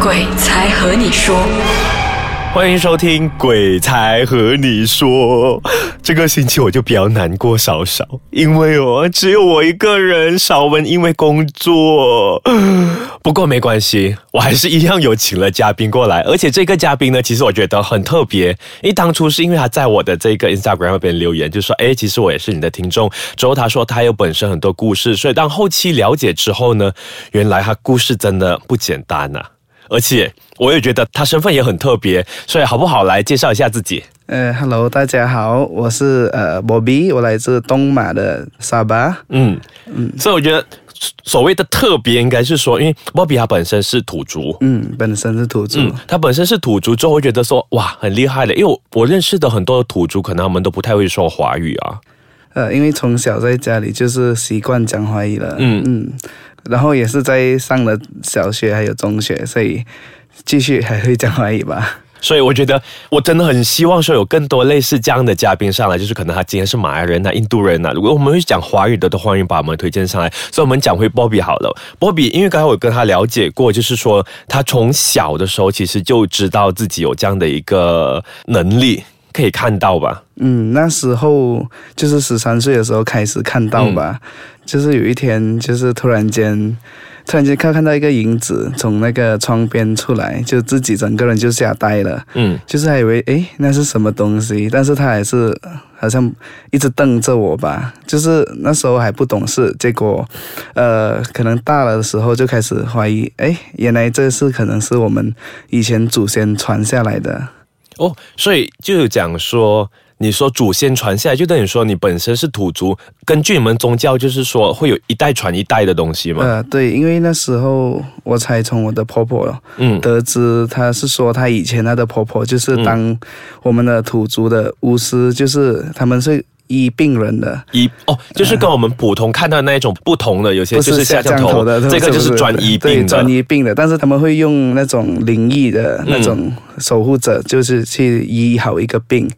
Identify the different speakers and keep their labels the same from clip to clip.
Speaker 1: 鬼才和你说。
Speaker 2: 欢迎收听《鬼才和你说》。这个星期我就比较难过少少，因为哦，只有我一个人。少文因为工作，不过没关系，我还是一样有请了嘉宾过来。而且这个嘉宾呢，其实我觉得很特别，因为当初是因为他在我的这个 Instagram 那边留言，就说：“哎，其实我也是你的听众。”之后他说他有本身很多故事，所以当后期了解之后呢，原来他故事真的不简单啊呐、而且我也觉得他身份也很特别，所以好不好来介绍一下自己？
Speaker 3: 呃，Hello，大家好，我是呃 Bobby，我来自东马的沙巴。
Speaker 2: 嗯嗯，所以我觉得所所谓的特别，应该是说，因为鲍比他本身是土著。
Speaker 3: 嗯，本身是土著。
Speaker 2: 嗯，他本身是土著，之后会觉得说哇很厉害的，因为我我认识的很多土著，可能他们都不太会说华语啊。
Speaker 3: 呃，因为从小在家里就是习惯讲华语了，嗯嗯，然后也是在上了小学还有中学，所以继续还会讲华语吧。
Speaker 2: 所以我觉得我真的很希望说有更多类似这样的嘉宾上来，就是可能他今天是马来人啊、印度人啊，如果我们会讲华语的，都欢迎把我们推荐上来。所以我们讲回波比好了，波比，因为刚才我跟他了解过，就是说他从小的时候其实就知道自己有这样的一个能力，可以看到吧？
Speaker 3: 嗯，那时候就是十三岁的时候开始看到吧，就是有一天就是突然间。突然间看看到一个影子从那个窗边出来，就自己整个人就吓呆了。
Speaker 2: 嗯，
Speaker 3: 就是还以为诶那是什么东西，但是他还是好像一直瞪着我吧，就是那时候还不懂事，结果呃可能大了的时候就开始怀疑，诶，原来这是可能是我们以前祖先传下来的。
Speaker 2: 哦，所以就有讲说。你说祖先传下来，就等于说你本身是土族，根据你们宗教，就是说会有一代传一代的东西嘛。
Speaker 3: 呃，对，因为那时候我才从我的婆婆
Speaker 2: 嗯
Speaker 3: 得知，她是说她以前她的婆婆就是
Speaker 2: 嗯
Speaker 3: 当我们的土族的巫师，就是他们是医病人的。
Speaker 2: 医哦，就是跟我们普通看到的那一种不同的，有些就是下降
Speaker 3: 降
Speaker 2: 头
Speaker 3: 的，
Speaker 2: 这个就是专医
Speaker 3: 对
Speaker 2: 病的
Speaker 3: 专。医病的，但是他们会用那种灵异的那
Speaker 2: 嗯
Speaker 3: 种守护者，就是去医好一个病。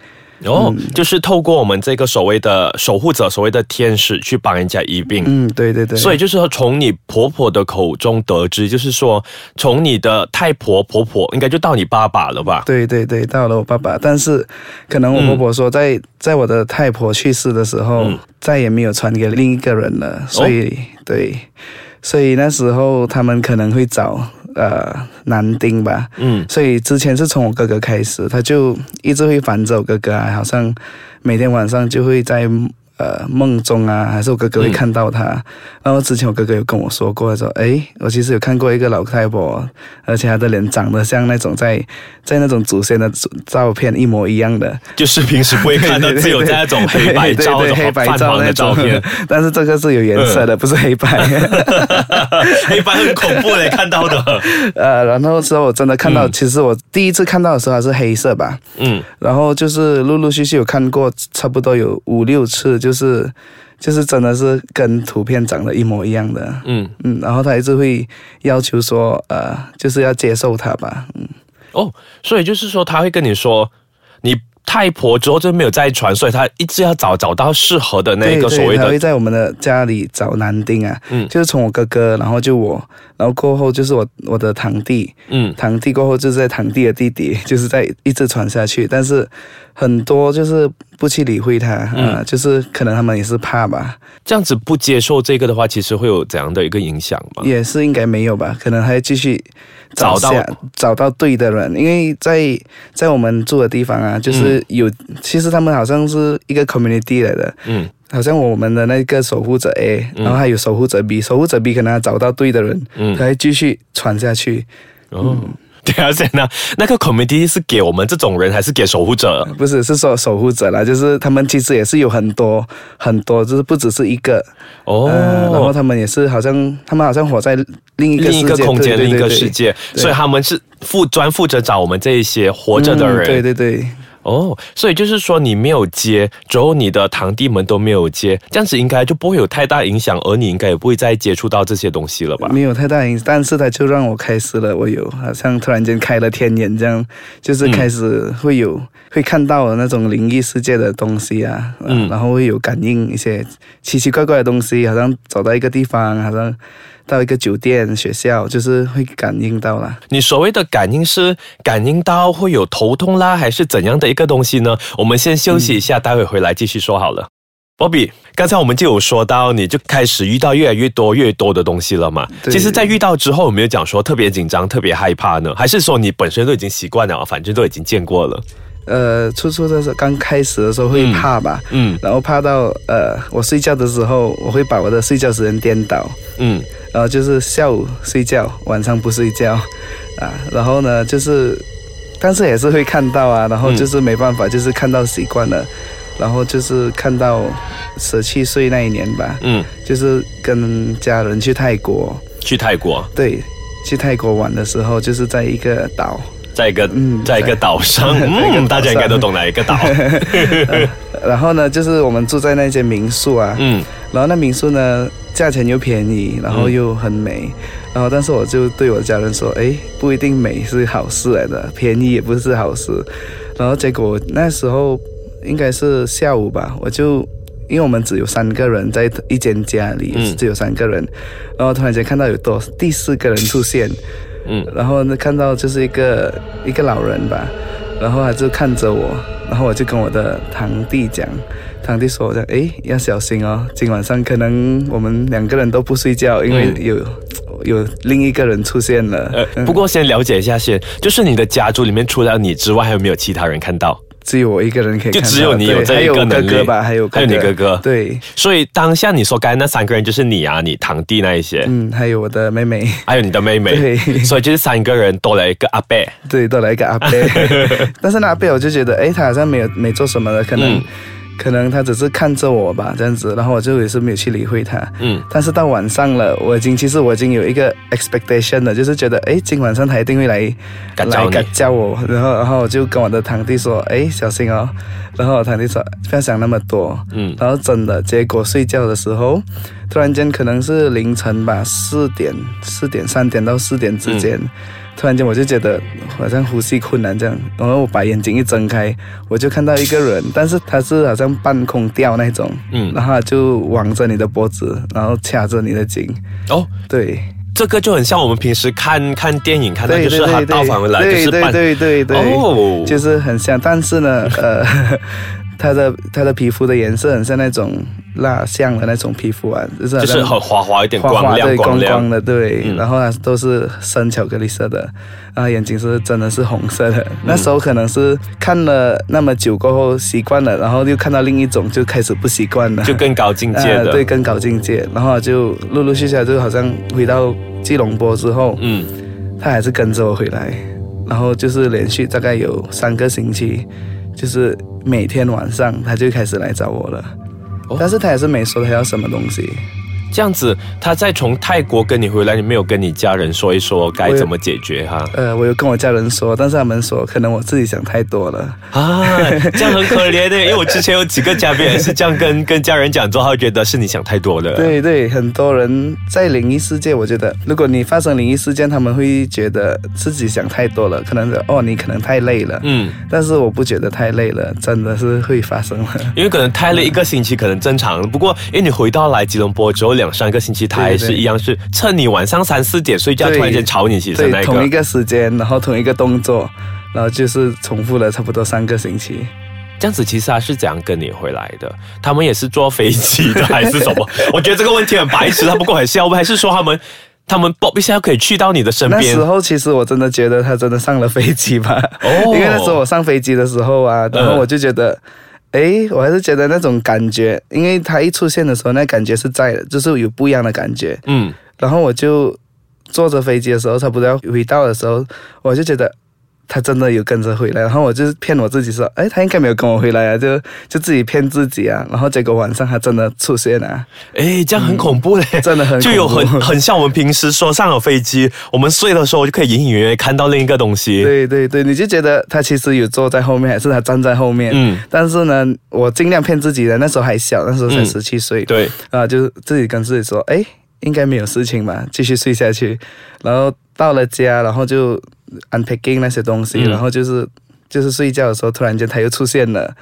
Speaker 2: 哦，
Speaker 3: 嗯
Speaker 2: 就是透过我们这个所谓的守护者、所谓的天使去帮人家医病。
Speaker 3: 嗯，对对对。
Speaker 2: 所以就是说，从你婆婆的口中得知，就是说，从你的太婆、婆婆，应该就到你爸爸了吧？
Speaker 3: 对对对，到了我爸爸，但是可能我婆婆
Speaker 2: 嗯
Speaker 3: 说在，在、我的太婆去世的时候，再也没有传给另一个人
Speaker 2: 哦
Speaker 3: 了，所以、对，所以那时候他们可能会找呃男丁吧，
Speaker 2: 嗯，
Speaker 3: 所以之前是从我哥哥开始，他就一直会烦着我哥哥啊，好像每天晚上就会在呃梦中啊，还是我哥哥会看到他。
Speaker 2: 嗯
Speaker 3: 然后之前我哥哥有跟我说过，说诶，我其实有看过一个老太婆，而且她的脸长得像那种在在那种祖先的照片一模一样的，
Speaker 2: 就是平时不会看到，
Speaker 3: 对对对
Speaker 2: 只有在那种黑白照、
Speaker 3: 对对对
Speaker 2: 那
Speaker 3: 黑
Speaker 2: 种
Speaker 3: 白
Speaker 2: 泛
Speaker 3: 照
Speaker 2: 黄
Speaker 3: 那
Speaker 2: 的照
Speaker 3: 种
Speaker 2: 片， 嗯
Speaker 3: 但是这个是有颜色的，不是黑白。
Speaker 2: 黑白很恐怖嘞，看到的。
Speaker 3: 呃，然后之后我真的看到，其实我第一次看到的时候还是黑色吧，
Speaker 2: 嗯，
Speaker 3: 然后就是陆陆续续有看过，差不多有五六次，就是就是真的是跟图片长得一模一样的。
Speaker 2: 嗯，
Speaker 3: 嗯，然后他一直会要求说，呃，就是要接受他吧。嗯
Speaker 2: 哦，所以就是说，他会跟你说，你太婆之后就没有再传，所以他一直要找找到适合的那
Speaker 3: 对
Speaker 2: 个所
Speaker 3: 对，
Speaker 2: 谓
Speaker 3: 他
Speaker 2: 的
Speaker 3: 会在我们的家里找男丁啊，
Speaker 2: 嗯
Speaker 3: 就是从我哥哥，然后就我，然后过后就是我我的堂弟，
Speaker 2: 嗯
Speaker 3: 堂弟过后就是在堂弟的弟弟， 就是在一直传下去，但是很多就是不去理会他，啊、
Speaker 2: 嗯
Speaker 3: 就是可能他们也是怕吧，
Speaker 2: 这样子不接受这个的话，其实会有怎样的一个影响吗？
Speaker 3: 也是应该没有吧，可能还继续
Speaker 2: 找到
Speaker 3: 下找到对的人，因为在在我们住的地方啊，
Speaker 2: 嗯
Speaker 3: 就是有、其实他们好像是一个 community 来的，
Speaker 2: 嗯，
Speaker 3: 好像我们的那个守护者 A，、然后还有守护者 B，守护者 B 可能他找到对的人，
Speaker 2: 嗯
Speaker 3: 他会继续传下去，
Speaker 2: 哦，
Speaker 3: 嗯
Speaker 2: 对啊，现在那个 committee 是给我们这种人，还是给守护者？
Speaker 3: 不是是说守护者啦，就是他们其实也是有很多很多，就是不只是一个，
Speaker 2: 哦。
Speaker 3: 呃然后他们也是好像他们好像活在另一个
Speaker 2: 另一
Speaker 3: 世界
Speaker 2: 个空间，
Speaker 3: 对对
Speaker 2: 另一个
Speaker 3: 对
Speaker 2: 世界，
Speaker 3: 对
Speaker 2: 所以他们是负专负责找我们这一些活着的
Speaker 3: 嗯
Speaker 2: 人。
Speaker 3: 对对对。
Speaker 2: 哦，所以就是说你没有接，之后你的堂弟们都没有接，这样子应该就不会有太大影响，而你应该也不会再接触到这些东西了吧？
Speaker 3: 没有太大影响，但是它就让我开始了，我有好像突然间开了天眼这样，就是开始会有、会看到那种灵异世界的东西啊，嗯、然后会有感应一些奇奇怪怪的东西，好像走到一个地方，好像到一个酒店、学校，就是会感应到啦。
Speaker 2: 你所谓的感应是感应到会有头痛啦，还是怎样的一个东西呢？我们先休息一下，待会回来继续说好了。b 比，刚才我们就有说到，你就开始遇到越来越多、越多的东西了嘛。
Speaker 3: 对
Speaker 2: 其实，在遇到之后，有没有讲说特别紧张、特别害怕呢？还是说你本身都已经习惯了，反正都已经见过了？
Speaker 3: 呃，初初的时候，刚开始的时候会怕吧，
Speaker 2: 嗯
Speaker 3: 然后怕到呃，我睡觉的时候，我会把我的睡觉时间颠倒，
Speaker 2: 嗯
Speaker 3: 然后呃就是下午睡觉，晚上不睡觉，啊，然后呢就是，但是也是会看到啊，然后就是没办法，就是看到习惯了，然后就是看到十七岁那一年吧，
Speaker 2: 嗯，
Speaker 3: 就是跟家人去泰国，
Speaker 2: 去泰国，
Speaker 3: 对，去泰国玩的时候，就是在一个岛，
Speaker 2: 在一个
Speaker 3: 嗯
Speaker 2: 在一个岛上，
Speaker 3: 在一 个岛
Speaker 2: 嗯，
Speaker 3: 上
Speaker 2: 大家应该都懂哪一个岛。
Speaker 3: 然后呢就是我们住在那间民宿啊，
Speaker 2: 嗯
Speaker 3: 然后那民宿呢，价钱又便宜，然后又很美，然后但是我就对我家人说，哎，不一定美是好事来的，便宜也不是好事。然后结果那时候应该是下午吧，我就因为我们只有三个人在一间家里，
Speaker 2: 嗯
Speaker 3: 只有三个人，然后突然间看到有多第四个人出现，
Speaker 2: 嗯，
Speaker 3: 然后呢看到就是一个一个老人吧，然后他就看着我，然后我就跟我的堂弟讲，堂弟说讲，诶，要小心哦，今晚上可能我们两个人都不睡觉，因为
Speaker 2: 嗯
Speaker 3: 有、有另一个人出现了。
Speaker 2: 呃，不过先了解一下先，就是你的家族里面除了你之外，还有没有其他人看到？
Speaker 3: 只有我一个人可以看
Speaker 2: 就
Speaker 3: 到，
Speaker 2: 只有你有
Speaker 3: 对
Speaker 2: 这
Speaker 3: 还
Speaker 2: 一
Speaker 3: 有
Speaker 2: 个
Speaker 3: 我
Speaker 2: 能
Speaker 3: 哥
Speaker 2: 力
Speaker 3: 哥吧，还有哥哥
Speaker 2: 还有你哥哥
Speaker 3: 对，
Speaker 2: 所以当下你说刚才那三个人就是你啊、你堂弟那一些，
Speaker 3: 嗯，还有我的妹妹，
Speaker 2: 还有你的妹妹，
Speaker 3: 对
Speaker 2: 所以就是三个人多了一个阿伯。
Speaker 3: 对，多来一个阿 贝，但是那阿贝我就觉得，诶，他好像没有没做什么的，可能、
Speaker 2: 嗯
Speaker 3: 可能他只是看着我吧，这样子，然后我就也是没有去理会他。
Speaker 2: 嗯
Speaker 3: 但是到晚上了，我已经其实我已经有一个 expectation 了，就是觉得诶，今晚上他一哦定会来
Speaker 2: 干
Speaker 3: 来
Speaker 2: 扰你
Speaker 3: 干教我，然后然后我就跟我的堂弟说，诶，小心哦。然后我堂弟说不要想那么多，
Speaker 2: 嗯
Speaker 3: 然后真的，结果睡觉的时候，突然间可能是凌晨吧，四点、四点、三点到四点之间，突然间我就觉得好像呼吸困难这样，然后我把眼睛一睁开，我就看到一个人，但是他是好像半空吊那种，
Speaker 2: 嗯，
Speaker 3: 然后他就挽着你的脖子，然后掐着你的颈，
Speaker 2: 哦，
Speaker 3: 对，
Speaker 2: 这个就很像我们平时看看电影看到，
Speaker 3: 对
Speaker 2: 就
Speaker 3: 对
Speaker 2: 是他
Speaker 3: 对
Speaker 2: 倒返回来就
Speaker 3: 对
Speaker 2: 是
Speaker 3: 对
Speaker 2: 半，
Speaker 3: 对对对，
Speaker 2: 哦，
Speaker 3: 就是很像，但是 呢，呃， 它的它的皮肤的颜色很像那种蜡像的那种皮肤啊，就是好
Speaker 2: 就
Speaker 3: 像
Speaker 2: 是很滑滑一点，
Speaker 3: 花
Speaker 2: 光
Speaker 3: 花
Speaker 2: 亮
Speaker 3: 对光
Speaker 2: 亮。
Speaker 3: 光的，对，
Speaker 2: 嗯
Speaker 3: 然后呢都是深巧克力色的，然后眼睛是真的是红色
Speaker 2: 嗯
Speaker 3: 的。那时候可能是看了那么久过后习惯了，然后又看到另一种就开始不习惯了，
Speaker 2: 就更高境界
Speaker 3: 呃
Speaker 2: 的，
Speaker 3: 对，更高境界，然后就陆陆续续就好像回到吉隆坡之后，
Speaker 2: 嗯，
Speaker 3: 他还是跟着我回来，然后就是连续大概有三个星期，就是每天晚上他就开始来找我了，
Speaker 2: 哦
Speaker 3: 但是他也是没说他要什么东西，
Speaker 2: 这样子，他再从泰国跟你回来，你没有跟你家人说一说该怎么解决哈？
Speaker 3: 呃，我有跟我家人说，但是他们说可能我自己想太多了，
Speaker 2: 啊，这样很可怜的， 因为我之前有几个嘉宾也是这样跟跟家人讲之后，他觉得是你想太多了。，
Speaker 3: 对对，很多人在灵异世界，我觉得如果你发生灵异事件，他们会觉得自己想太多了，可能哦你可能太累了，
Speaker 2: 嗯，
Speaker 3: 但是我不觉得太累了，真的是会发生了。
Speaker 2: 因为可能待了一个星期，可能正常。不过，因为你回到来吉隆坡只有两三个星期，他还是
Speaker 3: 对对
Speaker 2: 一样是趁你晚上三四点睡觉，
Speaker 3: 对
Speaker 2: 突然间吵你起身
Speaker 3: 对，
Speaker 2: 那一
Speaker 3: 同一
Speaker 2: 个。
Speaker 3: 个时间，然后同一个动作，然后就是重复了差不多三个星期。
Speaker 2: 这样子其实他啊是怎样跟你回来的？他们也是坐飞机的还是什 么？我觉得这个问题很白痴，他不过很笑，还是说他们他们 b 一下可以去到你的身
Speaker 3: 那
Speaker 2: 边
Speaker 3: 时？候其实我真的觉得他真的上了飞机吧，
Speaker 2: 哦嗯
Speaker 3: 因为那时候我上飞机的时候啊，然后我就觉得。诶，我还是觉得那种感觉，因为他一出现的时候，那感觉是在的，就是有不一样的感觉。
Speaker 2: 嗯，
Speaker 3: 然后我就坐着飞机的时候，差不多要回到的时候，我就觉得他真的有跟着回来，然后我就骗我自己说，诶，他应该没有跟我回来啊，就就自己骗自己啊。然后结果晚上他真的出现了、
Speaker 2: 哎，这样很恐怖嘞、
Speaker 3: 嗯真的很
Speaker 2: 就有很
Speaker 3: 恐怖
Speaker 2: 很像我们平时说上了飞机，我们睡的时候就可以隐隐约约看到另一个东西。
Speaker 3: 对对对，你就觉得他其实有坐在后面，还是他站在后面？
Speaker 2: 嗯，
Speaker 3: 但是呢，我尽量骗自己的，那时候还小，那时候才
Speaker 2: 嗯
Speaker 3: 十七岁，
Speaker 2: 对，
Speaker 3: 啊，就自己跟自己说，哎，应该没有事情嘛，继续睡下去。然后到了家，然后就 unpacking 那些东西，
Speaker 2: 嗯
Speaker 3: 然后就是就是睡觉的时候，突然间他又出现了。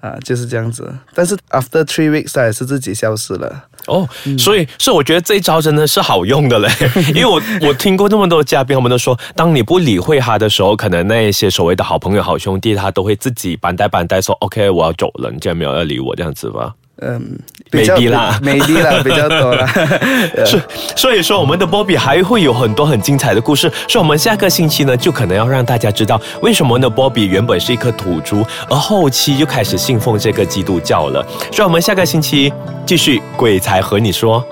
Speaker 3: 啊，就是这样子。但是 after three weeks，他也是自己消失了。
Speaker 2: 哦，所以所以我觉得这一招真的是好用的嘞，因为我我听过那么多嘉宾，他们都说，当你不理会他的时候，可能那一些所谓的好朋友、好兄弟，他都会自己板带板带说，OK，我要走了，你竟然没有要理我这样子吧？
Speaker 3: 嗯，比较
Speaker 2: Maybe 啦
Speaker 3: 美的啦，比较多啦。
Speaker 2: 是，所以说我们的波比还会有很多很精彩的故事，所以我们下个星期呢，就可能要让大家知道为什么呢？波比原本是一颗土猪，而后期就开始信奉这个基督教了。所以我们下个星期继续鬼才和你说。